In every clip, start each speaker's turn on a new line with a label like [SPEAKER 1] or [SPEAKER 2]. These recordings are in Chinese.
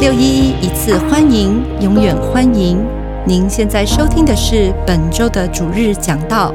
[SPEAKER 1] 六一一一次欢迎，永远欢迎。您现在收听的是本周的主日讲道。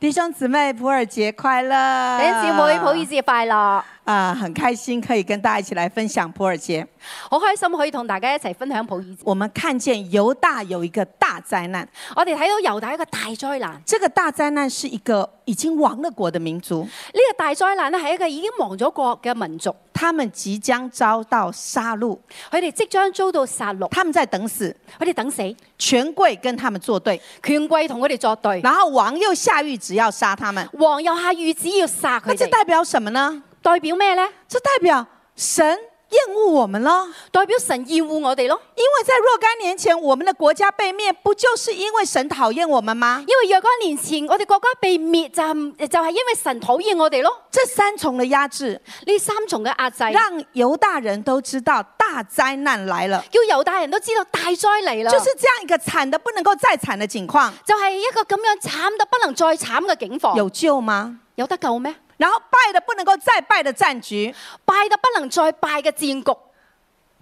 [SPEAKER 2] 弟兄姊妹，普洱节快乐！
[SPEAKER 3] 弟兄姊妹，普洱節快樂！
[SPEAKER 2] 啊，很开心可以跟大家一起来分享普洱节。
[SPEAKER 3] 好開心可以同大家一齊分享普洱節。
[SPEAKER 2] 我们看見猶大有一個大災難，
[SPEAKER 3] 我哋睇到猶大一個大災難，呢、
[SPEAKER 2] 这个大灾难是一个已經亡了國的民族，
[SPEAKER 3] 個大災難咧係一個已經亡咗國嘅民族，
[SPEAKER 2] 他們即將遭到殺戮，
[SPEAKER 3] 佢哋即將遭到殺戮，
[SPEAKER 2] 他們在等死，
[SPEAKER 3] 佢哋等死，
[SPEAKER 2] 權貴跟他們作對，
[SPEAKER 3] 權貴同佢哋作對，
[SPEAKER 2] 然後王又下狱旨要殺他們。
[SPEAKER 3] 王又下御旨要殺
[SPEAKER 2] 那
[SPEAKER 3] 佢
[SPEAKER 2] 這
[SPEAKER 3] 哋，
[SPEAKER 2] 代表什麼呢？
[SPEAKER 3] 代表咩呢？
[SPEAKER 2] 這代表神厭惡我們了。
[SPEAKER 3] 代表神厭惡我哋咯。
[SPEAKER 2] 因為在若干年前，我們的國家被滅，不就是因為神討厭我們嗎
[SPEAKER 3] 因？為若干年前我哋國家被滅就係、就係因為神討厭我哋咯。
[SPEAKER 2] 這三重的壓制，
[SPEAKER 3] 呢三重嘅壓制，
[SPEAKER 2] 讓猶大人都知道大災難來了，
[SPEAKER 3] 叫猶大人都知道大災嚟啦。
[SPEAKER 2] 就是這樣一個慘的不能夠再慘的境況，
[SPEAKER 3] 就係一個咁樣慘到不能再慘嘅境況，
[SPEAKER 2] 有救嗎？
[SPEAKER 3] 有得救咩？
[SPEAKER 2] 然後敗的不能夠再敗的戰局，
[SPEAKER 3] 敗到不能再敗嘅戰局，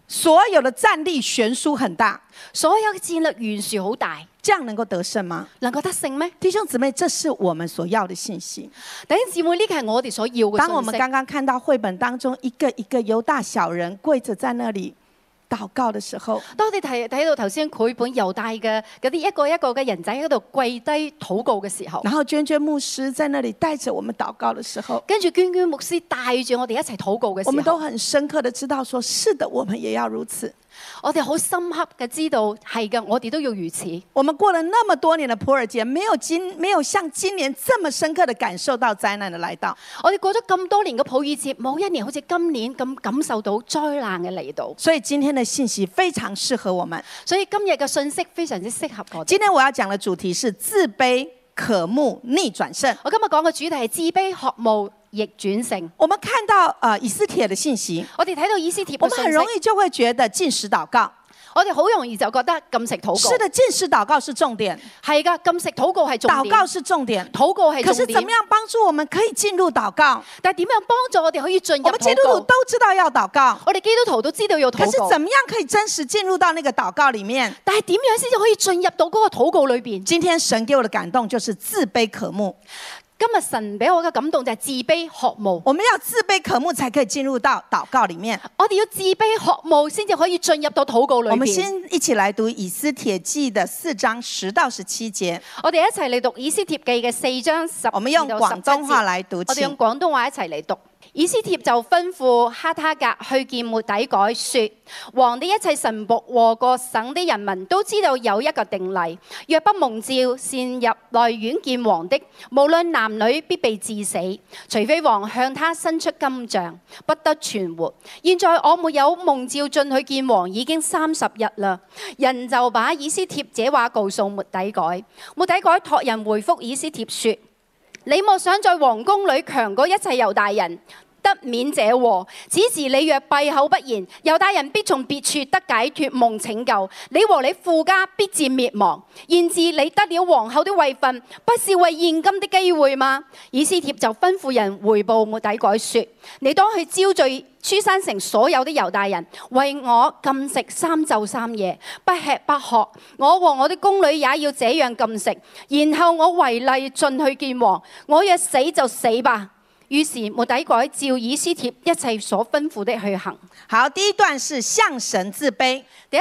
[SPEAKER 2] 所有的戰力懸殊很大，
[SPEAKER 3] 所有嘅戰略懸殊好大，
[SPEAKER 2] 這樣能夠得勝嗎？
[SPEAKER 3] 能夠得勝咩？
[SPEAKER 2] 弟兄姊妹，這是我們所要的信息。
[SPEAKER 3] 弟兄姊妹，呢個係我哋所要
[SPEAKER 2] 當我們
[SPEAKER 3] 嘅信息。
[SPEAKER 2] 剛剛看到繪本當中一個一個猶大小人跪着在那裡禱告的時候，
[SPEAKER 3] 當我哋睇睇到頭先繪本猶大嘅嗰啲一個一個嘅人仔喺度跪低禱告嘅時候，
[SPEAKER 2] 然後娟娟牧師在那裡帶着我們禱告的時候，
[SPEAKER 3] 跟住娟娟牧師帶住我哋一齊禱告嘅
[SPEAKER 2] 我們
[SPEAKER 3] 時
[SPEAKER 2] 都
[SPEAKER 3] 候，
[SPEAKER 2] 很深刻的知道說，是的，我們也要如此。
[SPEAKER 3] 我哋好深刻嘅知道係嘅，我哋都要如此。
[SPEAKER 2] 我们过了那么多年的普洱节，没有今没有像今年这么深刻的感受到灾难的来到，
[SPEAKER 3] 我哋過咗咁多年嘅普爾節，冇一年好似今年咁感受到災難嘅嚟到，
[SPEAKER 2] 所以今天的信息非常适合我们。
[SPEAKER 3] 所以今日嘅信息非常之適合我哋。
[SPEAKER 2] 今天我要讲的主题是自卑、渴慕、逆转胜。
[SPEAKER 3] 我今日講嘅主題係自卑、渴慕、逆轉性。
[SPEAKER 2] 我们看到呃以斯帖的信息，
[SPEAKER 3] 我哋睇到以斯帖
[SPEAKER 2] 我
[SPEAKER 3] 嘅
[SPEAKER 2] 们
[SPEAKER 3] 信
[SPEAKER 2] 很容
[SPEAKER 3] 息，
[SPEAKER 2] 易就会觉得禁食祷告。
[SPEAKER 3] 我哋好容易就覺得禁食禱告。
[SPEAKER 2] 是的，禁食祷告是重点，
[SPEAKER 3] 係㗎，禁食禱告係重
[SPEAKER 2] 祷
[SPEAKER 3] 點。
[SPEAKER 2] 告是重点。
[SPEAKER 3] 禱告係
[SPEAKER 2] 可是怎
[SPEAKER 3] 重點
[SPEAKER 2] 么。样帮助我们可以进入祷告？
[SPEAKER 3] 但係點樣幫助我哋可以進入
[SPEAKER 2] 我们基
[SPEAKER 3] 禱
[SPEAKER 2] 督徒
[SPEAKER 3] 告？
[SPEAKER 2] 都知道要祷告，
[SPEAKER 3] 我哋基督徒都知道要
[SPEAKER 2] 可
[SPEAKER 3] 禱
[SPEAKER 2] 是
[SPEAKER 3] 告，
[SPEAKER 2] 怎么样可以真实进入到那个祷告里面？
[SPEAKER 3] 但係點樣先至可以進入到嗰個禱告裏邊？
[SPEAKER 2] 今天神给我的感動就是自卑渴慕，
[SPEAKER 3] 今日神俾我嘅感動就係自卑、渴慕。
[SPEAKER 2] 我們要自卑渴慕才可以進入到禱告裡面。
[SPEAKER 3] 我哋要自卑、渴慕先至可以進入到禱告裏
[SPEAKER 2] 我們
[SPEAKER 3] 邊。
[SPEAKER 2] 先一起來讀以斯帖記的四章十到十七節，
[SPEAKER 3] 我哋一齊嚟讀以斯帖記嘅四章十
[SPEAKER 2] 我們用
[SPEAKER 3] 至到十
[SPEAKER 2] 廣
[SPEAKER 3] 七
[SPEAKER 2] 東話
[SPEAKER 3] 節
[SPEAKER 2] 來讀。
[SPEAKER 3] 我哋
[SPEAKER 2] 請
[SPEAKER 3] 用廣東話一齊嚟讀。以斯帖就吩咐哈他格去見末底改，說：王的一切臣僕和各省的人民都知道有一個定例，若不蒙召擅入內院見王的，無論男女必被致死，除非王向他伸出金杖，不得存活。現在我沒有蒙召進去見王已經三十日啦。人就把以斯帖這話告訴末底改，末底改託人回覆以斯帖說。你莫想在皇宮裏強過一切猶大人，得免這禍。此時你若閉口不言，猶大人必從別處得解脱夢拯救，你和你父家必至滅亡。現至你得了皇后的位份，不是為現今的機會嗎？以斯帖就吩咐人回報末底改說：你當去招聚。書山城所有的猶大人，為我禁食三晝三夜，不吃不喝。我和我的宮女也要這樣禁食。然後我違例進去見王，我若死就死吧。於是末底改照以斯帖一切所吩咐的去行。
[SPEAKER 2] 好，第一段是向神自卑，
[SPEAKER 3] 第一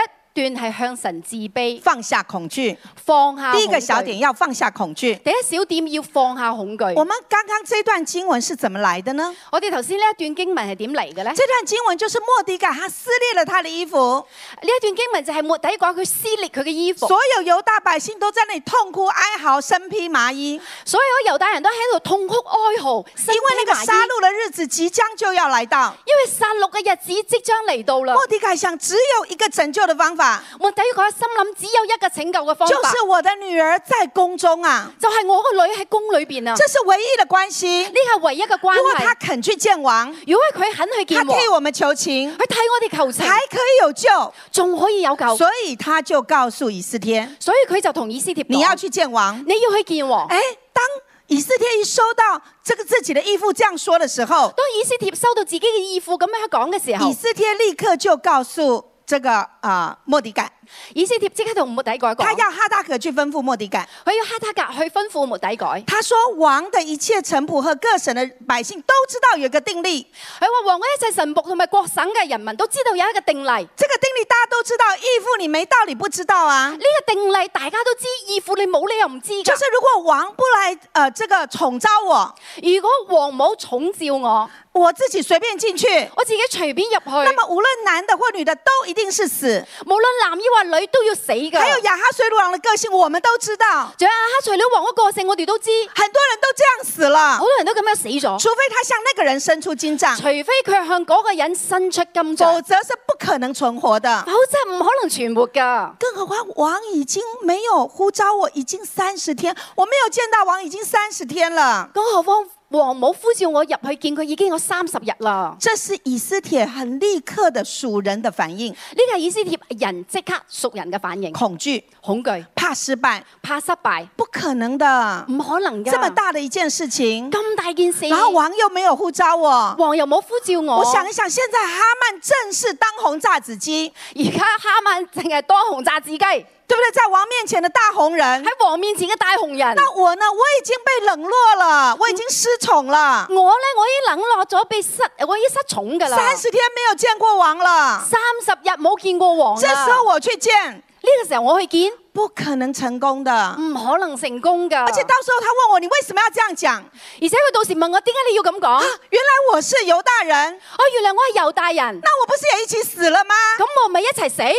[SPEAKER 3] 段係向神自卑，
[SPEAKER 2] 放下恐懼。
[SPEAKER 3] 放下
[SPEAKER 2] 第一個
[SPEAKER 3] 恐
[SPEAKER 2] 小
[SPEAKER 3] 懼
[SPEAKER 2] 點要放下恐懼。
[SPEAKER 3] 第一小點要放下恐
[SPEAKER 2] 我
[SPEAKER 3] 懼。
[SPEAKER 2] 們剛剛這段經文是怎麼來的呢？
[SPEAKER 3] 我哋頭先呢一段經文係點嚟嘅呢？
[SPEAKER 2] 這段經文就是莫迪改他撕裂了他的衣服，
[SPEAKER 3] 呢一段經文就係末底改佢撕裂佢嘅衣服，
[SPEAKER 2] 所有猶大百姓都在那裡痛哭哀嚎，身披麻衣。
[SPEAKER 3] 所有猶大人都喺度痛哭哀嚎，身
[SPEAKER 2] 因为那
[SPEAKER 3] 披
[SPEAKER 2] 个
[SPEAKER 3] 麻衣
[SPEAKER 2] 杀戮的日子即将就要来到，
[SPEAKER 3] 因為殺戮嘅日子即將嚟到啦。
[SPEAKER 2] 莫迪改想只有一个拯救的方法，
[SPEAKER 3] 末底改心諗只有一個拯救嘅方
[SPEAKER 2] 就
[SPEAKER 3] 法，
[SPEAKER 2] 是我的女儿在宮中啊，
[SPEAKER 3] 就係我個女喺宮裏邊啊。
[SPEAKER 2] 这是唯一的關係。
[SPEAKER 3] 呢個係唯一嘅關
[SPEAKER 2] 如果
[SPEAKER 3] 係
[SPEAKER 2] 他。肯去見王，
[SPEAKER 3] 如果佢肯去
[SPEAKER 2] 他
[SPEAKER 3] 見王
[SPEAKER 2] 替，我们求情，
[SPEAKER 3] 佢替我哋求情
[SPEAKER 2] 才，可以有救。
[SPEAKER 3] 仲可以有救。
[SPEAKER 2] 所以他就告訴以斯帖，
[SPEAKER 3] 所以佢就同以斯帖講
[SPEAKER 2] 你要去見王。
[SPEAKER 3] 你要去見王。
[SPEAKER 2] 哎，當以色列一收到这个自己的义父这样说的时候，
[SPEAKER 3] 當以斯帖收到自己嘅義父咁樣講嘅時候
[SPEAKER 2] 以，色列立刻就告诉这个啊、莫迪改，
[SPEAKER 3] 以斯帖即刻同末底改講，
[SPEAKER 2] 他要哈达可去吩咐莫迪改，
[SPEAKER 3] 佢要哈塔格去吩咐末底改。
[SPEAKER 2] 他说王的一切臣仆和各省的百姓都知道有一个定例，
[SPEAKER 3] 佢話王嘅一切神仆同埋各省嘅人民都知道有一個定例，呢、
[SPEAKER 2] 这个定例大家都知道，义父你没道理不知道啊。
[SPEAKER 3] 個定例大家都知，義父你冇理由唔知
[SPEAKER 2] 就
[SPEAKER 3] 㗎。
[SPEAKER 2] 是如果王不来，呃，这个宠召我，
[SPEAKER 3] 如果王母寵召我，
[SPEAKER 2] 我自己随便进去，
[SPEAKER 3] 我自己隨便入
[SPEAKER 2] 那
[SPEAKER 3] 去，
[SPEAKER 2] 么無論男的或女的都一定是死。
[SPEAKER 3] 無論男抑或女都要死㗎。
[SPEAKER 2] 还有亚哈水鲁王的個性，我們都知道，
[SPEAKER 3] 仲有阿哈隨魯王嗰個性，我哋都知，
[SPEAKER 2] 很多人都這樣死了
[SPEAKER 3] 好，多人都咁樣死咗，
[SPEAKER 2] 除非他向那個人伸出金杖
[SPEAKER 3] 除，非佢向嗰個人伸出金
[SPEAKER 2] 否
[SPEAKER 3] 杖，
[SPEAKER 2] 則是不可能存活的。
[SPEAKER 3] 否則唔可能存活㗎。
[SPEAKER 2] 更何況王已經沒有呼召我，已經三十天，我沒有見到王已經三十天了。
[SPEAKER 3] 更何況王母呼召我入去見佢已經有三十日啦。
[SPEAKER 2] 這是以斯帖很立刻的屬人的反應，
[SPEAKER 3] 呢個係以斯帖人即刻熟人嘅反應，
[SPEAKER 2] 恐懼、
[SPEAKER 3] 恐懼、
[SPEAKER 2] 怕失敗，
[SPEAKER 3] 怕失敗，
[SPEAKER 2] 不可能的，
[SPEAKER 3] 唔可能㗎。
[SPEAKER 2] 這麼大的一件事情，
[SPEAKER 3] 咁大件事，
[SPEAKER 2] 然後王又沒有呼召我，
[SPEAKER 3] 王又冇呼召我。
[SPEAKER 2] 我想一想，现在哈曼正是当红炸子鸡，
[SPEAKER 3] 而家哈曼淨係當紅炸子雞，喺
[SPEAKER 2] 对不对？在王面前的大红人。
[SPEAKER 3] 王面前嘅大紅人。
[SPEAKER 2] 那我呢？我已经被冷落了，我已经失寵了，
[SPEAKER 3] 我咧，我已經冷落咗，被失，我已經失寵㗎啦。
[SPEAKER 2] 三十天沒有見過王了。
[SPEAKER 3] 三十日冇見過王
[SPEAKER 2] 這
[SPEAKER 3] 啦。
[SPEAKER 2] 時候我去見，
[SPEAKER 3] 呢個時候我去見，
[SPEAKER 2] 不可能成功的。
[SPEAKER 3] 唔可能成功㗎。
[SPEAKER 2] 而且到時候他問我，你為什麼要這樣講？
[SPEAKER 3] 而且佢到時問我點解你要咁講？
[SPEAKER 2] 啊原來我是猶大人，
[SPEAKER 3] 哦，原來我係猶大人，
[SPEAKER 2] 那我不是也一起死了嗎？
[SPEAKER 3] 咁我咪一齊死？呢、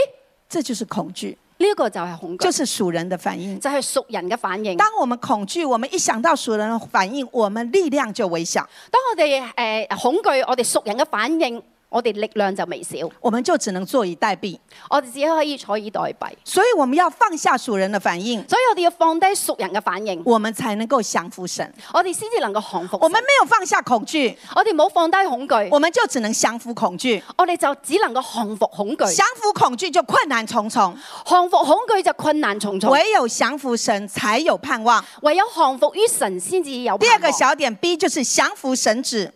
[SPEAKER 2] 這就是恐懼，
[SPEAKER 3] 一個就係恐
[SPEAKER 2] 就
[SPEAKER 3] 懼，
[SPEAKER 2] 是屬人的反應。
[SPEAKER 3] 就係熟人嘅反應。
[SPEAKER 2] 當我們恐懼，我們一想到屬人的反應，我們力量就微小，
[SPEAKER 3] 當我哋誒、呃恐懼，我哋熟人嘅反應，我哋力量就微少，
[SPEAKER 2] 我們就只能坐以待斃。
[SPEAKER 3] 我哋只可以坐以待斃。
[SPEAKER 2] 所以我們要放下屬人的反應，
[SPEAKER 3] 所以我哋要放低熟人嘅反應，
[SPEAKER 2] 我們才能夠降服神。
[SPEAKER 3] 我哋先至能夠降服神。
[SPEAKER 2] 我們沒有放下恐懼，
[SPEAKER 3] 我哋冇放低恐懼，
[SPEAKER 2] 我們就只能降服恐懼。
[SPEAKER 3] 我哋就只能夠降服恐懼。
[SPEAKER 2] 降服恐懼就困難重重，
[SPEAKER 3] 降服恐懼就困難重重，
[SPEAKER 2] 唯有降服神才有盼望。
[SPEAKER 3] 唯有降服於神先至有
[SPEAKER 2] 第
[SPEAKER 3] 盼
[SPEAKER 2] 二
[SPEAKER 3] 望。
[SPEAKER 2] 個小點 B 就是降服神旨。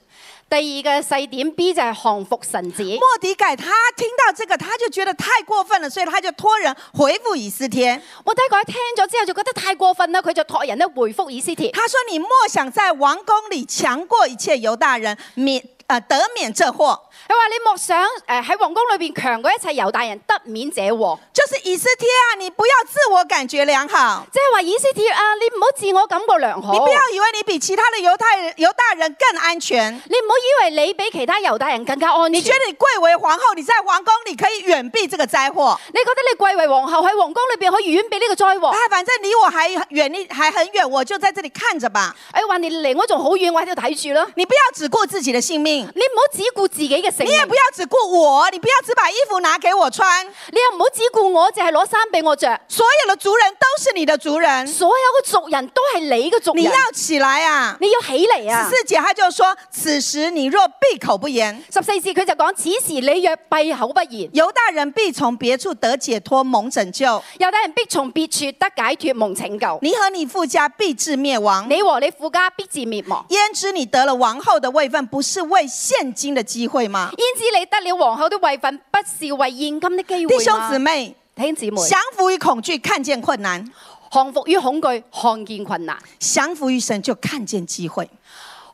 [SPEAKER 3] 第二個細點 B 就係降服神子。
[SPEAKER 2] 莫迪改他聽到這個，他就覺得太過分了，所以他就托人回復以斯帖。
[SPEAKER 3] 我第一個聽咗之後就覺得太過分啦，佢就託人咧回覆以斯帖。
[SPEAKER 2] 他說：“你莫想在王宮裡強過一切猶大人，免呃得免這禍。”
[SPEAKER 3] 佢話：你莫想誒喺皇宮裏邊強過一切猶大人得免者禍，
[SPEAKER 2] 就是以斯帖啊，你不要自我感覺良好。
[SPEAKER 3] 即係話以斯帖啊，你唔好自我感覺良好，
[SPEAKER 2] 你
[SPEAKER 3] 你
[SPEAKER 2] 不要以為你比其他的猶太人猶大人更安全。
[SPEAKER 3] 唔好以為你比其他猶大人更加安
[SPEAKER 2] 你
[SPEAKER 3] 全。
[SPEAKER 2] 覺得你貴為皇後，你在皇宮你可以遠避這個災禍。
[SPEAKER 3] 你覺得你貴為皇后喺皇宮裏邊可以遠避呢個災禍？
[SPEAKER 2] 哎，反正離我還遠，你還很遠，我就在這裡看着吧。
[SPEAKER 3] 誒哎話你離我仲好遠，我喺度睇住啦。
[SPEAKER 2] 你不要只顧自己的性命，
[SPEAKER 3] 你唔好只顧自己嘅性
[SPEAKER 2] 你
[SPEAKER 3] 命
[SPEAKER 2] 也，不要只顧我，你不要只把衣服拿給我穿。
[SPEAKER 3] 你又唔好只顧我，淨係攞衫俾我着。
[SPEAKER 2] 所有的族人都是你的族人，
[SPEAKER 3] 所有嘅族人都係你嘅族
[SPEAKER 2] 你
[SPEAKER 3] 人，
[SPEAKER 2] 要起來啊！
[SPEAKER 3] 你要起嚟啊
[SPEAKER 2] 十！四姐她就說：“此時你若閉口不言，
[SPEAKER 3] 十四節佢就講：此時你若閉口不言，
[SPEAKER 2] 猶大人必從別處得解脫，蒙拯救。”
[SPEAKER 3] 猶大人必從別處得解脱，蒙拯救。
[SPEAKER 2] 你和你父家必致灭亡。
[SPEAKER 3] 你和你父家必自滅亡。
[SPEAKER 2] 焉知你得了王后的位分，不是為現今的機會嗎？
[SPEAKER 3] 焉知你得了皇后的位分，不是為現今的機
[SPEAKER 2] 弟
[SPEAKER 3] 會
[SPEAKER 2] 兄姊
[SPEAKER 3] 嗎？
[SPEAKER 2] 妹，
[SPEAKER 3] 弟兄姊妹，
[SPEAKER 2] 降服於恐懼，看見困難；
[SPEAKER 3] 降服於恐懼，看見困難；
[SPEAKER 2] 降服於神，就看見機會。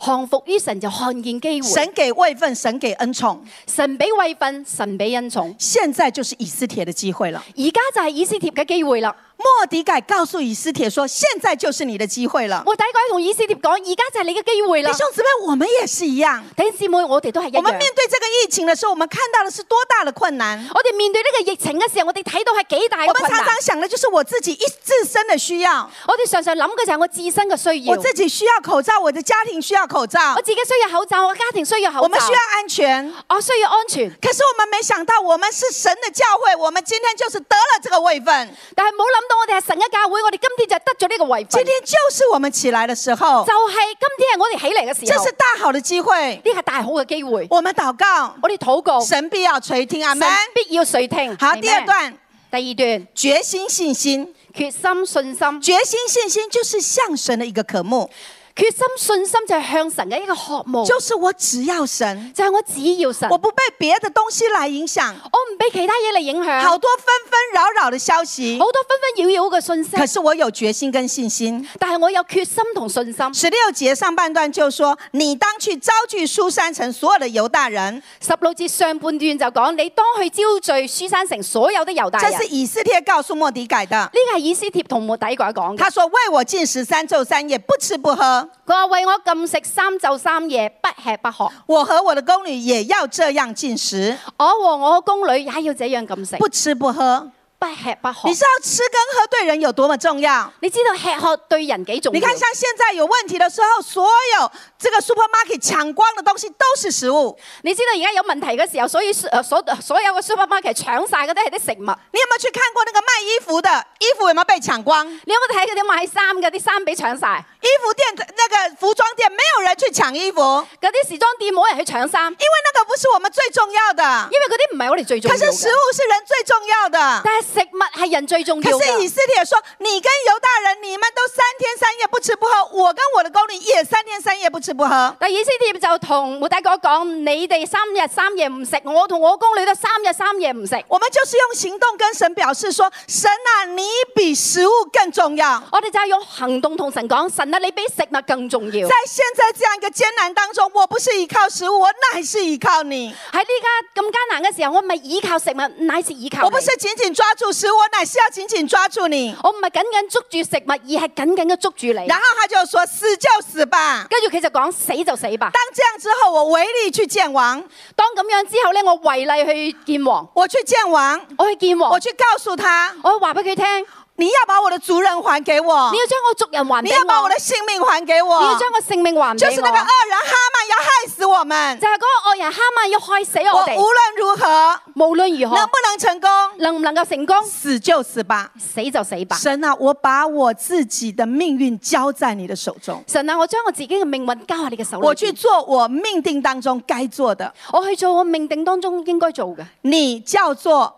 [SPEAKER 3] 降服於神就看見機會。
[SPEAKER 2] 神給位分，神給恩寵，
[SPEAKER 3] 神俾位分，神俾恩寵。
[SPEAKER 2] 現在就是以斯帖的機會了。
[SPEAKER 3] 而家就係以斯帖嘅機會啦。
[SPEAKER 2] 莫迪改告訴以斯帖說：“現在就是你的機會了。
[SPEAKER 3] 我第一個同以斯帖講，而家就係你嘅機會”啦
[SPEAKER 2] 弟。兄姊妹，我們也是一樣。
[SPEAKER 3] 弟兄姊妹，我哋都係一
[SPEAKER 2] 我們面
[SPEAKER 3] 樣。
[SPEAKER 2] 對這個疫情的時候，我們看到的是多大的困難。
[SPEAKER 3] 我哋面對呢個疫情嘅時候，我哋睇到係幾大
[SPEAKER 2] 我
[SPEAKER 3] 嘅
[SPEAKER 2] 們
[SPEAKER 3] 哎困
[SPEAKER 2] 常
[SPEAKER 3] 難
[SPEAKER 2] 常。想的就是我自己一自身的需要。
[SPEAKER 3] 我哋常常諗嘅就係我自身嘅需要
[SPEAKER 2] 我。自己需要口罩，我的家庭需要口罩
[SPEAKER 3] 我，自己需要口罩，我家庭需要口
[SPEAKER 2] 我
[SPEAKER 3] 罩，
[SPEAKER 2] 们需要安全。
[SPEAKER 3] 我需要安全。
[SPEAKER 2] 可是我们没想到，我们是神的教会，我们今天就是得了这个位分，
[SPEAKER 3] 但係冇諗到我哋係神嘅教會，我哋今天就得咗呢個位
[SPEAKER 2] 今
[SPEAKER 3] 份，
[SPEAKER 2] 天就是我们起来的时候
[SPEAKER 3] 就，係今天係我哋起嚟嘅時
[SPEAKER 2] 这
[SPEAKER 3] 候，
[SPEAKER 2] 是
[SPEAKER 3] 呢
[SPEAKER 2] 大好的機會。
[SPEAKER 3] 係大好嘅機會。
[SPEAKER 2] 我们禱告，
[SPEAKER 3] 我哋禱告，神
[SPEAKER 2] 神必要垂聽，阿门。
[SPEAKER 3] 必要垂聽。
[SPEAKER 2] 好，
[SPEAKER 3] Amen
[SPEAKER 2] 第二，段，
[SPEAKER 3] 第二段，
[SPEAKER 2] 決心信心，
[SPEAKER 3] 決心信心，
[SPEAKER 2] 決心信心就是向神的一个渴慕，
[SPEAKER 3] 決決心信心就係向神嘅一個渴慕，就
[SPEAKER 2] 就是我只要神，
[SPEAKER 3] 係我只要神，
[SPEAKER 2] 我
[SPEAKER 3] 我
[SPEAKER 2] 不被別的東西來影響。
[SPEAKER 3] 唔俾其他嘢嚟影響。
[SPEAKER 2] 好多紛紛擾擾的消息
[SPEAKER 3] 好，多紛紛擾擾嘅信息，
[SPEAKER 2] 可是我有決心跟信心。
[SPEAKER 3] 但係我有決心同信心。
[SPEAKER 2] 十六节上半段就说：“你当去招聚苏珊城所有的猶大人。
[SPEAKER 3] 十六節上半段就講，你當去招聚書山城所有的猶”大
[SPEAKER 2] 这
[SPEAKER 3] 人，
[SPEAKER 2] 是
[SPEAKER 3] 呢
[SPEAKER 2] 以斯帖告訴莫迪改的。
[SPEAKER 3] 個係以斯帖同末底改講嘅。
[SPEAKER 2] 他說：“為我禁食三昼三夜，不吃不喝。
[SPEAKER 3] 佢話為我禁食三晝三夜，不吃不喝。
[SPEAKER 2] 我和我的宮女也要這樣禁食，
[SPEAKER 3] 我和我宮女也要這樣禁食，
[SPEAKER 2] 不吃不喝。
[SPEAKER 3] 不吃不喝
[SPEAKER 2] 你。知道吃跟喝對人有多麼重要？
[SPEAKER 3] 你知道吃喝對人幾重
[SPEAKER 2] 你
[SPEAKER 3] 要？
[SPEAKER 2] 看，像现在有問題的時候，所有這個 supermarket 搶光的東西都是食物。
[SPEAKER 3] 你知道而家有問題嘅時候，所以呃所所有嘅 supermarket 搶晒嘅都係啲食物。
[SPEAKER 2] 你有沒有去看過那個賣衣服的？衣服有沒有被搶光？衣
[SPEAKER 3] 你有冇睇佢哋買衫嘅啲衫俾搶晒？
[SPEAKER 2] 服店的那個服裝店沒有人去搶衣服，因
[SPEAKER 3] 嗰啲時裝店冇人去搶衫，因
[SPEAKER 2] 為那個不是我們最重要的。
[SPEAKER 3] 為嗰啲唔係我哋最重
[SPEAKER 2] 可
[SPEAKER 3] 要
[SPEAKER 2] 是食
[SPEAKER 3] 嘅。
[SPEAKER 2] 物是人最重要的。
[SPEAKER 3] 但係食物係人最重要
[SPEAKER 2] 可是以
[SPEAKER 3] 嘅。
[SPEAKER 2] 斯帖說：“你跟猶大人，你們都三天三夜不吃不喝；我跟我的宮女也三天三夜不吃不喝。
[SPEAKER 3] 但以斯帖就同末底改講：你哋三日三夜唔食，我同我宮女都三日三夜唔食。”
[SPEAKER 2] 我們就是用行動跟神表示說：“神啊，你比食物更重要。”
[SPEAKER 3] 我哋就係用行動同神講：神啊，你比食物更重要。
[SPEAKER 2] 在現在這樣一個艱難當中，我不是依靠食物，我乃是依靠你。
[SPEAKER 3] 喺呢家咁艱難嘅時候，我唔係依靠食物，乃是依靠
[SPEAKER 2] 我
[SPEAKER 3] 你
[SPEAKER 2] 不是緊緊抓住食物，我乃是要緊緊抓住你。
[SPEAKER 3] 我唔係緊緊捉住食物，而係緊緊嘅捉住你
[SPEAKER 2] 然。後他就說：“死就死吧。
[SPEAKER 3] 跟住佢就講死就死吧”。
[SPEAKER 2] 當這樣之後，我違例去見王，
[SPEAKER 3] 當咁樣之後呢，我違例去見王，
[SPEAKER 2] 我去見王，
[SPEAKER 3] 我去見王
[SPEAKER 2] 我，去告訴他
[SPEAKER 3] 我話俾佢聽：：“
[SPEAKER 2] 你要把我的族人還給我
[SPEAKER 3] 你，要將我族人還
[SPEAKER 2] 你
[SPEAKER 3] 俾
[SPEAKER 2] 要把
[SPEAKER 3] 我
[SPEAKER 2] 我，的性命還給
[SPEAKER 3] 你要哦
[SPEAKER 2] 我。
[SPEAKER 3] 將我性命還”俾
[SPEAKER 2] 就
[SPEAKER 3] 我。
[SPEAKER 2] 是那個
[SPEAKER 3] 就
[SPEAKER 2] 惡人哈曼要害死我們。
[SPEAKER 3] 係嗰個惡人哈曼要害死
[SPEAKER 2] 我
[SPEAKER 3] 我
[SPEAKER 2] 無
[SPEAKER 3] 哋，
[SPEAKER 2] 論如何，
[SPEAKER 3] 無論如
[SPEAKER 2] 能
[SPEAKER 3] 何，
[SPEAKER 2] 不能成功，
[SPEAKER 3] 能唔能夠成功，
[SPEAKER 2] 死就死吧。
[SPEAKER 3] 死就死吧。
[SPEAKER 2] 神啊，我把我自己的命運交在你的手中，
[SPEAKER 3] 神啊，我將我自己嘅命運交喺你嘅手裏
[SPEAKER 2] 我去做我命定當中該做的。
[SPEAKER 3] 我去做我命定當中應該做嘅。
[SPEAKER 2] 你叫做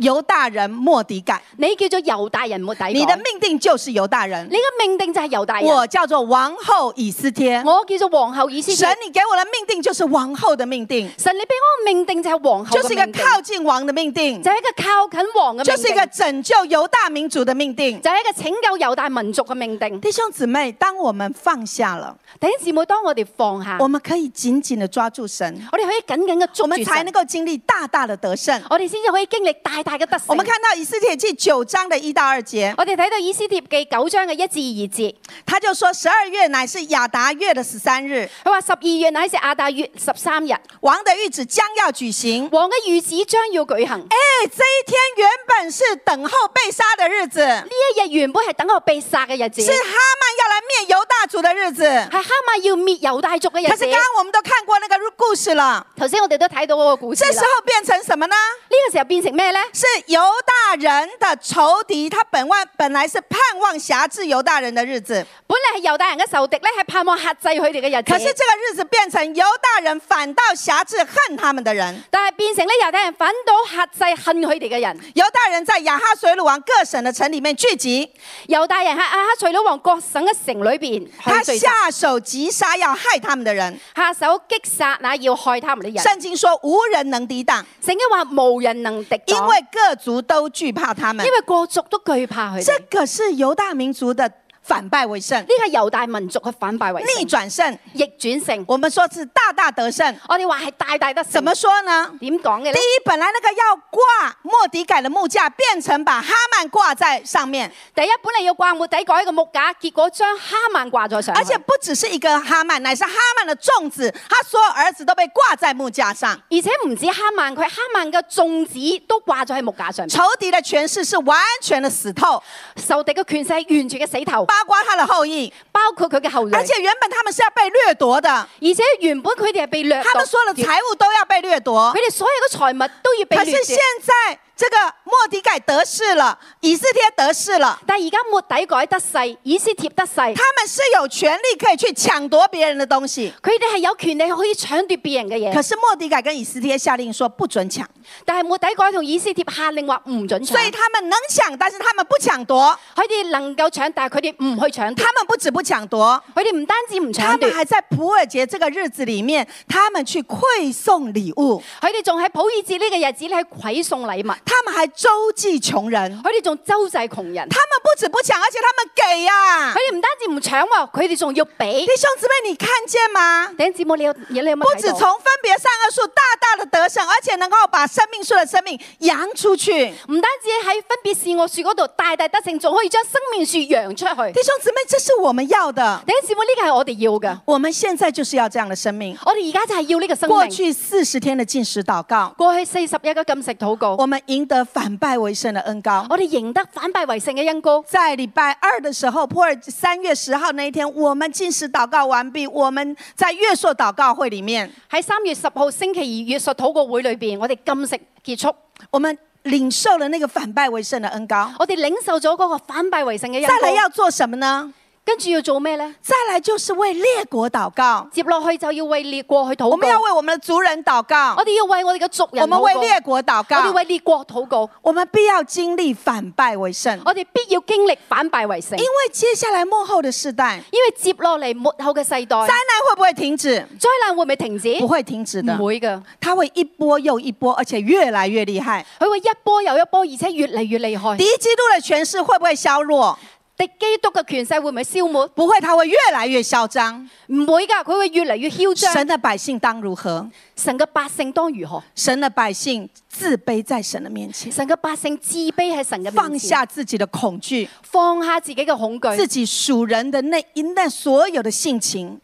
[SPEAKER 2] 猶大人莫迪改，
[SPEAKER 3] 你叫做猶大人末底改，
[SPEAKER 2] 你的命定就是猶大人
[SPEAKER 3] 你。嘅命定就係猶大人。
[SPEAKER 2] 我叫做王后以斯帖。
[SPEAKER 3] 我叫做皇后以斯帖
[SPEAKER 2] 神，你給我的命定就是王后的命定，
[SPEAKER 3] 神你俾我嘅命定就係皇后
[SPEAKER 2] 就
[SPEAKER 3] 嘅
[SPEAKER 2] 是一個
[SPEAKER 3] 命定，
[SPEAKER 2] 靠近王的命定
[SPEAKER 3] 就，係一個靠近王嘅
[SPEAKER 2] 就
[SPEAKER 3] 命
[SPEAKER 2] 是一
[SPEAKER 3] 定，
[SPEAKER 2] 個拯救猶大民族的命定。
[SPEAKER 3] 就係一個拯救猶大民族嘅命定。
[SPEAKER 2] 弟兄姊妹，當我們放下了，
[SPEAKER 3] 弟兄姊妹，當我哋放下，
[SPEAKER 2] 我
[SPEAKER 3] 我
[SPEAKER 2] 們可以緊緊的抓住神，
[SPEAKER 3] 哋可以緊緊嘅
[SPEAKER 2] 我
[SPEAKER 3] 捉
[SPEAKER 2] 們
[SPEAKER 3] 住
[SPEAKER 2] 才能
[SPEAKER 3] 神，
[SPEAKER 2] 夠經歷大大的得勝。
[SPEAKER 3] 我哋先至可以經歷大大嘅得勝。
[SPEAKER 2] 我們看到以斯帖記九章的一到二節，
[SPEAKER 3] 我哋睇到以斯帖記九章嘅一至
[SPEAKER 2] 他就說十二月乃是亞達月的十三日，
[SPEAKER 3] 二節，佢話十二月乃是亞大月十三日，
[SPEAKER 2] 王的谕旨將要舉行。
[SPEAKER 3] 王嘅御旨將要舉行。呢
[SPEAKER 2] 哎，這一天原本是等候被殺的日子，
[SPEAKER 3] 一日原本係等候被殺嘅日子，
[SPEAKER 2] 是
[SPEAKER 3] 係
[SPEAKER 2] 哈曼要來滅猶大族的日子。
[SPEAKER 3] 哈馬要滅猶大族嘅
[SPEAKER 2] 可
[SPEAKER 3] 日
[SPEAKER 2] 是
[SPEAKER 3] 子
[SPEAKER 2] 剛。剛我們都看過那個故事了，
[SPEAKER 3] 頭先我哋都睇到嗰個故事
[SPEAKER 2] 這
[SPEAKER 3] 啦。
[SPEAKER 2] 時候變成什麼呢？
[SPEAKER 3] 呢個時候變成咩呢？
[SPEAKER 2] 是猶大人的仇敵，他本萬本來是盼望轄制猶大人的日子，
[SPEAKER 3] 本嚟係猶大人嘅仇敵咧，係盼望克制佢哋嘅日
[SPEAKER 2] 可是
[SPEAKER 3] 子。
[SPEAKER 2] 這個日子變成猶大人反倒轄制恨他們的人。
[SPEAKER 3] 但係變成咧猶大人反倒克制恨佢哋嘅人。
[SPEAKER 2] 猶大人在亞哈水魯王各省的城裡面聚集，
[SPEAKER 3] 猶大人喺亞哈隨魯王各省嘅城裏邊
[SPEAKER 2] 他
[SPEAKER 3] 去聚集，
[SPEAKER 2] 下手擊殺要害他們的人。
[SPEAKER 3] 下手擊殺那要害他們的人。
[SPEAKER 2] 聖經說無人能抵擋，
[SPEAKER 3] 聖經話無人能敵擋，
[SPEAKER 2] 因為各族都懼怕他們
[SPEAKER 3] 因。為各族都懼怕佢哋。
[SPEAKER 2] 這
[SPEAKER 3] 呢
[SPEAKER 2] 個是猶大民族的反敗為勝，
[SPEAKER 3] 個係猶大民族嘅反敗為
[SPEAKER 2] 逆
[SPEAKER 3] 勝，
[SPEAKER 2] 轉勝。
[SPEAKER 3] 逆轉勝。
[SPEAKER 2] 我們說是大大得勝，
[SPEAKER 3] 我哋話係大大得
[SPEAKER 2] 怎
[SPEAKER 3] 勝
[SPEAKER 2] 麼。說呢？
[SPEAKER 3] 點講嘅
[SPEAKER 2] 第
[SPEAKER 3] 呢？
[SPEAKER 2] 一，本來那個要掛莫迪改的木架，變成把哈曼掛在上面，
[SPEAKER 3] 第一本嚟要掛末底改嘅木架，結果將哈曼掛咗上去。
[SPEAKER 2] 而且不只是一個哈曼，乃是哈曼的眾子，他所有兒子都被掛在木架上。
[SPEAKER 3] 而且唔止哈曼，佢哈曼嘅眾子都掛咗喺木架上面，
[SPEAKER 2] 仇敵的權勢是完全的死透，
[SPEAKER 3] 仇敵嘅權勢係完全嘅死頭，
[SPEAKER 2] 包括他的後裔，
[SPEAKER 3] 包括佢嘅後裔。
[SPEAKER 2] 啊而且原本他們是要被掠奪的，
[SPEAKER 3] 而且原本佢哋係被掠奪，
[SPEAKER 2] 他們所有的財物都要被掠奪
[SPEAKER 3] 佢。哋所有嘅財物都要被
[SPEAKER 2] 可
[SPEAKER 3] 掠
[SPEAKER 2] 是
[SPEAKER 3] 奪
[SPEAKER 2] 現。在这个莫迪改得势了，以斯帖得势了，
[SPEAKER 3] 但而家末底改得勢，以斯帖得勢，
[SPEAKER 2] 他们是有权利可以去抢夺别人的东西。
[SPEAKER 3] 佢哋係有權利可以搶奪別人嘅
[SPEAKER 2] 可
[SPEAKER 3] 嘢，
[SPEAKER 2] 是莫迪改跟以斯帖下令说不准抢，
[SPEAKER 3] 但係末底改同以斯帖下令話唔准
[SPEAKER 2] 所以
[SPEAKER 3] 搶，
[SPEAKER 2] 他们能抢，但是他们不抢夺，
[SPEAKER 3] 佢哋能夠搶，但係佢哋唔去搶奪，
[SPEAKER 2] 他们不止不抢夺，
[SPEAKER 3] 佢哋唔單止唔
[SPEAKER 2] 他
[SPEAKER 3] 搶奪
[SPEAKER 2] 们，还在普尔节这个日子里面，他们去馈送礼物，
[SPEAKER 3] 佢哋仲喺普爾節呢個日子咧去饋送禮物，
[SPEAKER 2] 他们还周济穷人，
[SPEAKER 3] 佢哋仲周濟窮人，
[SPEAKER 2] 他们不止不抢，而且他们给啊呀、
[SPEAKER 3] 佢哋唔單止唔搶喎，佢哋仲要俾
[SPEAKER 2] 弟。兄姊妹，你看见吗？
[SPEAKER 3] 頂姊妹，你有你有
[SPEAKER 2] 不
[SPEAKER 3] 冇
[SPEAKER 2] 止
[SPEAKER 3] 睇
[SPEAKER 2] 从
[SPEAKER 3] 到？
[SPEAKER 2] 分别善恶树大大的得胜，而且能够把生命树的生命扬出去。
[SPEAKER 3] 唔單止喺分別善惡樹嗰度大大得勝，仲可以將生命樹揚出去。
[SPEAKER 2] 弟兄姊妹，這是我們要的。
[SPEAKER 3] 頂姊妹，呢個係我哋要嘅，
[SPEAKER 2] 我們現在就是要這樣的生命。
[SPEAKER 3] 我哋而家就係要呢個生
[SPEAKER 2] 過
[SPEAKER 3] 命。
[SPEAKER 2] 去四十天的禁食禱告，
[SPEAKER 3] 過去四十日嘅禁食禱告，
[SPEAKER 2] 我們贏得反敗為勝的恩膏。
[SPEAKER 3] 我哋贏得反敗為勝嘅恩膏。
[SPEAKER 2] 在禮拜二的時候，普洱三月十號那一天，我們禁食禱告完畢。我們在月朔禱告會裡面，
[SPEAKER 3] 喺三月十號星期二月述禱告會裏邊，我哋禁食結束，
[SPEAKER 2] 我們領受了那個反敗為勝的恩膏。
[SPEAKER 3] 我哋領受咗嗰個反敗為勝嘅
[SPEAKER 2] 再來
[SPEAKER 3] 恩膏。
[SPEAKER 2] 要做什麼呢？
[SPEAKER 3] 跟住要做咩呢？
[SPEAKER 2] 再來就是為列國禱告，
[SPEAKER 3] 接落去就要為列國去禱
[SPEAKER 2] 我們要
[SPEAKER 3] 告，
[SPEAKER 2] 為我們的族人禱告
[SPEAKER 3] 我，哋要為我哋嘅族人
[SPEAKER 2] 我
[SPEAKER 3] 禱告，
[SPEAKER 2] 們為列國禱
[SPEAKER 3] 我哋
[SPEAKER 2] 告，
[SPEAKER 3] 為列國禱告，
[SPEAKER 2] 我們必要經歷反敗為勝。
[SPEAKER 3] 我哋必要經歷反敗為勝
[SPEAKER 2] 因。为接下來幕後的世代，
[SPEAKER 3] 因為接落嚟末後嘅世代，
[SPEAKER 2] 災難會不會停止？
[SPEAKER 3] 災難會唔會停止？
[SPEAKER 2] 不會停止的
[SPEAKER 3] 唔，會㗎，
[SPEAKER 2] 它會一波又一波，而且越來越厲害。
[SPEAKER 3] 佢會一波又一波，而且越嚟越厲害
[SPEAKER 2] 敵。基督的權勢會不會削弱？
[SPEAKER 3] 敵基督嘅權勢會唔會消沒？
[SPEAKER 2] 不會，它會越來越囂張。
[SPEAKER 3] 唔會㗎，佢會越嚟越囂張。
[SPEAKER 2] 神的百姓當如何？
[SPEAKER 3] 神嘅百姓當如何？
[SPEAKER 2] 神的百姓自卑在神的面前，
[SPEAKER 3] 神嘅百姓自卑喺神嘅
[SPEAKER 2] 放
[SPEAKER 3] 面前，
[SPEAKER 2] 下自己的恐懼，
[SPEAKER 3] 放下自己嘅恐懼，
[SPEAKER 2] 自己屬人的那一那所有的性情，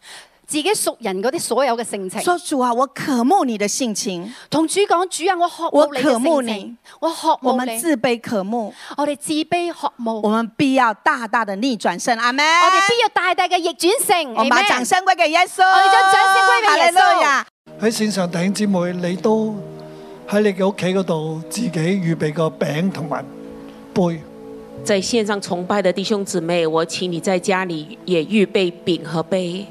[SPEAKER 3] 自己屬人嗰啲所有嘅性情，
[SPEAKER 2] 說主啊，我渴慕你的性情。
[SPEAKER 3] 同主講：主啊，我
[SPEAKER 2] 我渴
[SPEAKER 3] 渴慕你
[SPEAKER 2] 慕
[SPEAKER 3] 嘅性
[SPEAKER 2] 你
[SPEAKER 3] 情，我渴
[SPEAKER 2] 我
[SPEAKER 3] 慕
[SPEAKER 2] 們
[SPEAKER 3] 你，
[SPEAKER 2] 自卑渴慕，
[SPEAKER 3] 我哋自卑渴慕，
[SPEAKER 2] 我
[SPEAKER 3] 我
[SPEAKER 2] 們必要大大的逆轉勝。阿門。我
[SPEAKER 3] 哋必要大大嘅逆轉性。
[SPEAKER 2] 我们把
[SPEAKER 3] Amen
[SPEAKER 2] 掌声归给耶稣，
[SPEAKER 3] 我哋将掌声归俾耶稣
[SPEAKER 2] 哈利路亚
[SPEAKER 4] 喺線上弟兄姊妹，你都喺你嘅屋企嗰度自己預備個餅同埋杯。
[SPEAKER 5] 在线上崇拜的弟兄姊妹，我请你在家里也预备饼和杯。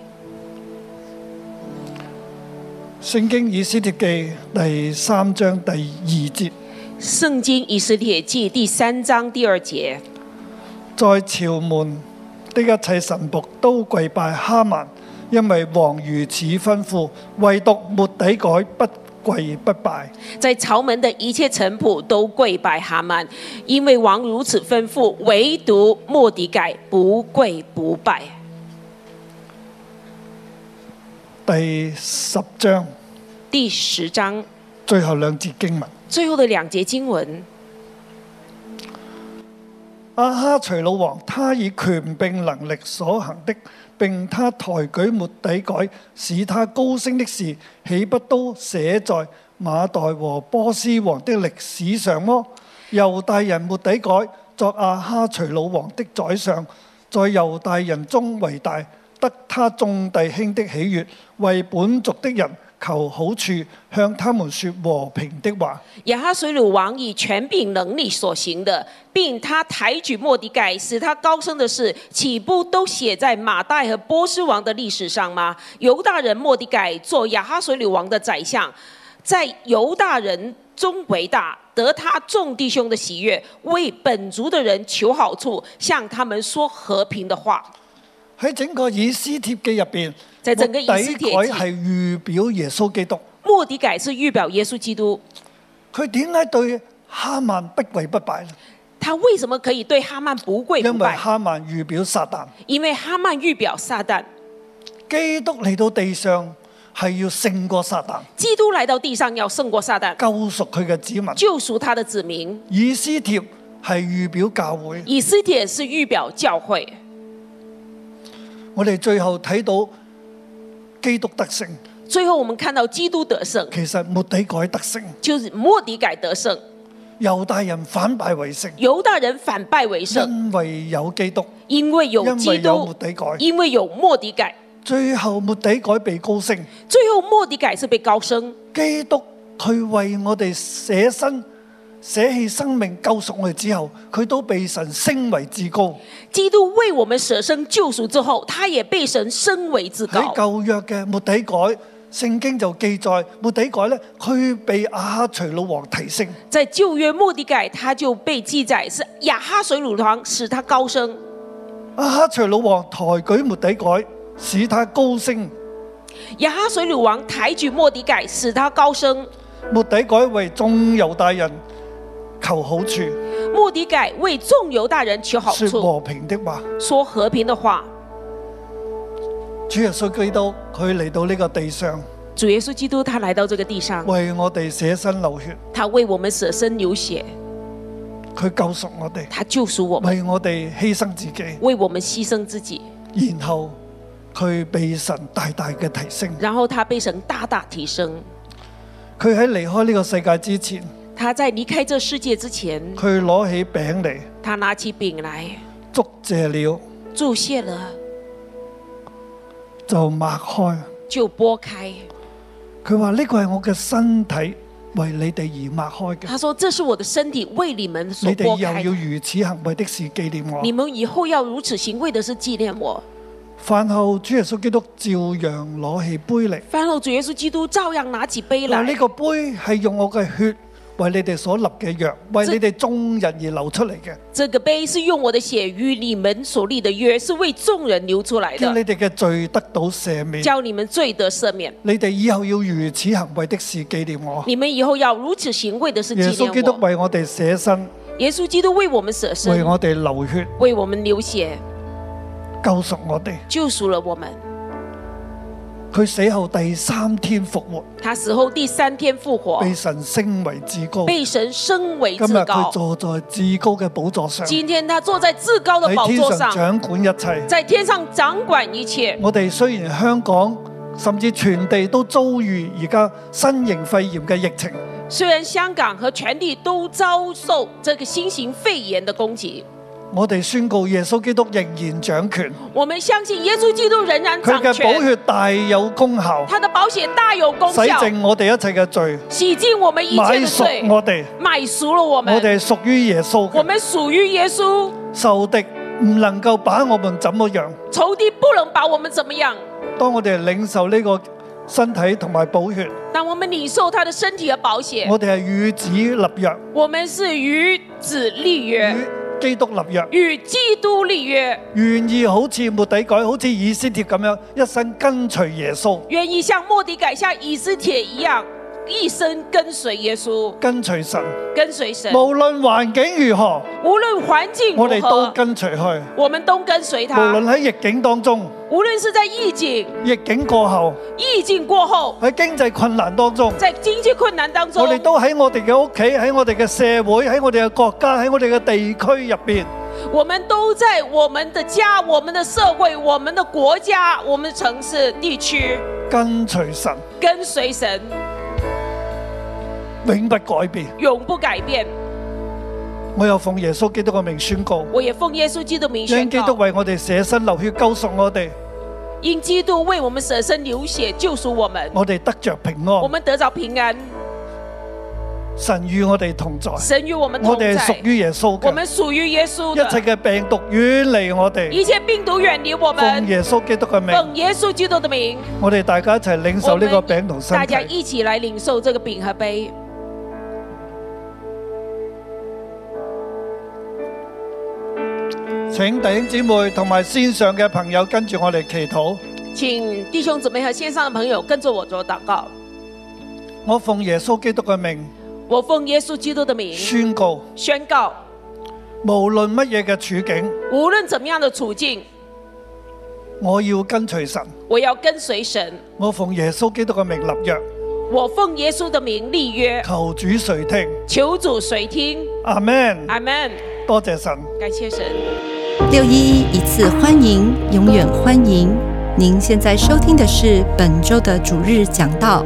[SPEAKER 4] 聖經以斯帖記第三章第二節，
[SPEAKER 5] 圣经以斯帖记第三章第二节，
[SPEAKER 4] 在朝門的一切神仆都跪拜哈曼，因為王如此吩咐，唯獨末底改不跪不拜。
[SPEAKER 5] 在朝门的一切臣仆都跪拜哈曼，因为王如此吩咐，唯独莫迪改不跪不拜。
[SPEAKER 4] 第十章
[SPEAKER 5] 第十章
[SPEAKER 4] 最後兩節經文。
[SPEAKER 5] 最后的两节经文，
[SPEAKER 4] 阿哈隨魯王，他以權並能力所行的，並他抬舉末底改，使他高升的事，豈不都寫在馬代和波斯王的歷史上麼？猶大人末底改作阿哈隨魯王的宰相，在猶大人中為大，得他眾弟兄的喜悦，為本族的人求好處，向他們說和平的話。
[SPEAKER 5] 亚哈水鲁王以权柄能力所行的，并他抬举莫迪改，使他高升的事，岂不都写在马代和波斯王的历史上吗？犹大人莫迪改做亚哈水鲁王的宰相，在犹大人中为大，得他众弟兄的喜悦，为本族的人求好处，向他们说和平的话。
[SPEAKER 4] 喺整個以斯帖記入邊，
[SPEAKER 5] 就係整個以斯帖記
[SPEAKER 4] 末底改係預表耶穌基督。
[SPEAKER 5] 莫迪改是预表耶稣基督，
[SPEAKER 4] 佢點解對哈曼不跪不拜呢？
[SPEAKER 5] 他为什么可以对哈曼不跪不
[SPEAKER 4] 因為
[SPEAKER 5] 拜？
[SPEAKER 4] 哈曼預表撒旦，
[SPEAKER 5] 因为哈曼预表撒旦。
[SPEAKER 4] 基督嚟到地上係要勝過撒旦，
[SPEAKER 5] 基督来到地上要胜过撒旦，
[SPEAKER 4] 救贖佢嘅子民。
[SPEAKER 5] 救赎他的子民。
[SPEAKER 4] 以斯帖係預表教會。
[SPEAKER 5] 以斯帖是预表教会，
[SPEAKER 4] 我哋最後睇到基督得勝，
[SPEAKER 5] 最后我们看到基督得胜，
[SPEAKER 4] 其實末底改得勝，
[SPEAKER 5] 就是莫迪改得胜，
[SPEAKER 4] 猶大人反敗為勝，
[SPEAKER 5] 犹大人反败为胜，
[SPEAKER 4] 因為有基督，
[SPEAKER 5] 因为有
[SPEAKER 4] 因
[SPEAKER 5] 基
[SPEAKER 4] 為有
[SPEAKER 5] 督
[SPEAKER 4] 末，底改。
[SPEAKER 5] 因为有莫迪改，
[SPEAKER 4] 最後末底改被高升。
[SPEAKER 5] 最后莫迪改是被高升。
[SPEAKER 4] 基督佢為我哋捨身捨棄生命救贖我哋之後，佢都被神升為至高。
[SPEAKER 5] 基督为我们舍身救赎之后，他也被神升为至
[SPEAKER 4] 喺
[SPEAKER 5] 高。
[SPEAKER 4] 舊約嘅末底改，聖經就記載末底改咧，佢被亞哈隨魯王提升。
[SPEAKER 5] 在旧约莫迪改，他就被记载是亚哈水乳堂使他高升。
[SPEAKER 4] 亞哈隨魯王抬舉末底改，使他高升。
[SPEAKER 5] 亚哈水乳王抬举莫迪改，使他高升。
[SPEAKER 4] 末底改為眾猶大人求好處，
[SPEAKER 5] 莫迪改为众犹大人求好
[SPEAKER 4] 說
[SPEAKER 5] 处，
[SPEAKER 4] 和平的話。
[SPEAKER 5] 说和平的话。
[SPEAKER 4] 主耶穌基督佢嚟到呢個地上，
[SPEAKER 5] 主耶稣基督他来到这个地上，
[SPEAKER 4] 為我哋捨身流血，
[SPEAKER 5] 他为我们舍身流血，
[SPEAKER 4] 佢救贖我哋，
[SPEAKER 5] 他救赎我们，
[SPEAKER 4] 為我哋犧牲自己，
[SPEAKER 5] 为我们牺牲自己，
[SPEAKER 4] 然後佢被神大大嘅提升。
[SPEAKER 5] 然后他被神大大提升。
[SPEAKER 4] 佢喺離開呢個世界之前，
[SPEAKER 5] 他在离开这世界之前，
[SPEAKER 4] 佢攞起餅嚟
[SPEAKER 5] 他拿起饼来，
[SPEAKER 4] 祝謝了，
[SPEAKER 5] 注谢了，
[SPEAKER 4] 就擘開。
[SPEAKER 5] 就拨开。
[SPEAKER 4] 佢話呢個係我嘅身體，為你哋而擘開嘅。
[SPEAKER 5] 他说：“这是我的身体，为你们所
[SPEAKER 4] 你哋
[SPEAKER 5] 拨
[SPEAKER 4] 又
[SPEAKER 5] 开
[SPEAKER 4] 要
[SPEAKER 5] 的。
[SPEAKER 4] 如此行為的事紀念我
[SPEAKER 5] 你。们以后要如此行，为的是纪念我。
[SPEAKER 4] 飯後，主耶穌基督照樣攞起杯嚟，
[SPEAKER 5] 饭后，主耶稣基督照样拿起杯
[SPEAKER 4] 嗱
[SPEAKER 5] 来
[SPEAKER 4] 呢。個杯係用我嘅血為你哋所立嘅約，為
[SPEAKER 5] 這
[SPEAKER 4] 你哋眾人而流出嚟嘅，
[SPEAKER 5] 这个杯是用我的血与你们所立的约，是为众人流出来
[SPEAKER 4] 叫你
[SPEAKER 5] 的，
[SPEAKER 4] 哋嘅罪得到赦免。
[SPEAKER 5] 叫你们罪得赦免。
[SPEAKER 4] 你哋以後要如此行為的事紀念我。
[SPEAKER 5] 你们以后要如此行，为的是
[SPEAKER 4] 耶
[SPEAKER 5] 纪
[SPEAKER 4] 穌基督
[SPEAKER 5] 念我。
[SPEAKER 4] 為我哋捨身，
[SPEAKER 5] 耶稣基督為我们舍
[SPEAKER 4] 為
[SPEAKER 5] 身，
[SPEAKER 4] 我哋流血，
[SPEAKER 5] 为我们流血，
[SPEAKER 4] 救贖我哋。
[SPEAKER 5] 救赎了我们。
[SPEAKER 4] 佢死後第三天復活，
[SPEAKER 5] 他死后第三天复活，
[SPEAKER 4] 被神升為至高。
[SPEAKER 5] 被神升为
[SPEAKER 4] 今
[SPEAKER 5] 至
[SPEAKER 4] 日佢
[SPEAKER 5] 高。
[SPEAKER 4] 坐在至高嘅寶座上，
[SPEAKER 5] 今天他坐在至高的
[SPEAKER 4] 喺
[SPEAKER 5] 宝座
[SPEAKER 4] 天上
[SPEAKER 5] 上，
[SPEAKER 4] 掌管一切。
[SPEAKER 5] 在天上掌管一切。
[SPEAKER 4] 我哋雖然香港甚至全地都遭遇而家新型肺炎嘅疫情，
[SPEAKER 5] 虽然香港和全地都遭受这个新型肺炎的攻击，
[SPEAKER 4] 我哋宣告耶穌基督仍然掌權，
[SPEAKER 5] 我们相信耶稣基督仍然
[SPEAKER 4] 佢
[SPEAKER 5] 掌
[SPEAKER 4] 嘅寶
[SPEAKER 5] 权，
[SPEAKER 4] 血大有功效，
[SPEAKER 5] 他的保险大有功
[SPEAKER 4] 洗
[SPEAKER 5] 效，
[SPEAKER 4] 淨我哋一切嘅罪，
[SPEAKER 5] 洗净我们一切
[SPEAKER 4] 買
[SPEAKER 5] 的罪
[SPEAKER 4] 贖，我哋，
[SPEAKER 5] 买赎了我
[SPEAKER 4] 我
[SPEAKER 5] 们。
[SPEAKER 4] 哋係屬於耶穌
[SPEAKER 5] 我
[SPEAKER 4] 嘅，
[SPEAKER 5] 们属于耶稣，
[SPEAKER 4] 仇敵唔能夠把我們怎麼樣。
[SPEAKER 5] 仇敌不能把我们怎么样。
[SPEAKER 4] 當我哋領受呢個身體同埋寶血，
[SPEAKER 5] 当我们领受他的身体和保险，
[SPEAKER 4] 我哋係與子立約，
[SPEAKER 5] 我们是与子立约，
[SPEAKER 4] 與基督立約。
[SPEAKER 5] 与基督立约，
[SPEAKER 4] 願意好似末底改，好似以斯帖咁樣，一生跟隨耶穌，
[SPEAKER 5] 愿意像莫迪改、像以斯帖一样，一生跟随耶稣，
[SPEAKER 4] 跟隨神。
[SPEAKER 5] 跟随神。
[SPEAKER 4] 無論環境如何，
[SPEAKER 5] 无论环境如
[SPEAKER 4] 我哋都
[SPEAKER 5] 何，
[SPEAKER 4] 跟隨去。
[SPEAKER 5] 我們都跟隨
[SPEAKER 4] 無論
[SPEAKER 5] 他。
[SPEAKER 4] 喺逆境當中、
[SPEAKER 5] 無論是在疫情、
[SPEAKER 4] 逆境過後、
[SPEAKER 5] 疫情過後，
[SPEAKER 4] 喺經濟困難當中，
[SPEAKER 5] 在經濟困難當中
[SPEAKER 4] 我，哋都喺我哋嘅屋企、喺我哋嘅社會、喺我哋嘅國家、喺我哋嘅地區入邊，
[SPEAKER 5] 我們都在我們的家、我們的社會、我們的國家、我們的城市、地區
[SPEAKER 4] 跟隨神，
[SPEAKER 5] 跟隨神，
[SPEAKER 4] 永不改變。
[SPEAKER 5] 永不改變。
[SPEAKER 4] 我又奉耶穌基督嘅名宣告，
[SPEAKER 5] 我也奉耶穌基督名宣
[SPEAKER 4] 因基督
[SPEAKER 5] 告，
[SPEAKER 4] 為我哋捨身流血救贖我哋，
[SPEAKER 5] 因基督為我們捨身流血救贖我們，
[SPEAKER 4] 我哋得着平
[SPEAKER 5] 我
[SPEAKER 4] 安。
[SPEAKER 5] 們得着平安。
[SPEAKER 4] 哦神與我哋同在，
[SPEAKER 5] 神與我們同
[SPEAKER 4] 我哋係
[SPEAKER 5] 在
[SPEAKER 4] 屬，於耶穌
[SPEAKER 5] 我
[SPEAKER 4] 嘅
[SPEAKER 5] 們。屬於耶穌
[SPEAKER 4] 一切
[SPEAKER 5] 的。
[SPEAKER 4] 嘅病毒遠離我哋，
[SPEAKER 5] 一切病毒遠離我
[SPEAKER 4] 奉
[SPEAKER 5] 們，
[SPEAKER 4] 耶穌基督嘅名，
[SPEAKER 5] 奉耶穌基督的名。
[SPEAKER 4] 我哋大家一齊領
[SPEAKER 5] 我
[SPEAKER 4] 受呢
[SPEAKER 5] 们
[SPEAKER 4] 個餅同身
[SPEAKER 5] 大家
[SPEAKER 4] 體。
[SPEAKER 5] 一起来领受这个饼和杯。
[SPEAKER 4] 請弟兄姊妹同埋線上嘅朋友跟住我嚟祈禱。
[SPEAKER 5] 请弟兄姊妹和线上的朋友跟着我做祷告。
[SPEAKER 4] 我奉耶穌基督嘅名
[SPEAKER 5] 我奉耶稣基督的名
[SPEAKER 4] 宣告，
[SPEAKER 5] 宣告：
[SPEAKER 4] 無論乜嘢嘅處境，
[SPEAKER 5] 无论怎么样的处境，
[SPEAKER 4] 我要跟隨神。
[SPEAKER 5] 我要跟随神。
[SPEAKER 4] 我奉耶穌基督嘅名立約，
[SPEAKER 5] 我奉耶稣的名立约，
[SPEAKER 4] 求主垂聽。
[SPEAKER 5] 求主垂听。
[SPEAKER 4] 阿 man，
[SPEAKER 5] 阿门。
[SPEAKER 4] 多謝神。
[SPEAKER 5] 感谢神。
[SPEAKER 1] 六一一一次欢迎，永远欢迎。您现在收听的是本周的主日讲道，